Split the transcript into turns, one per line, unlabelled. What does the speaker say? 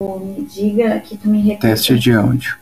me diga que tu me repita.
Teste de áudio.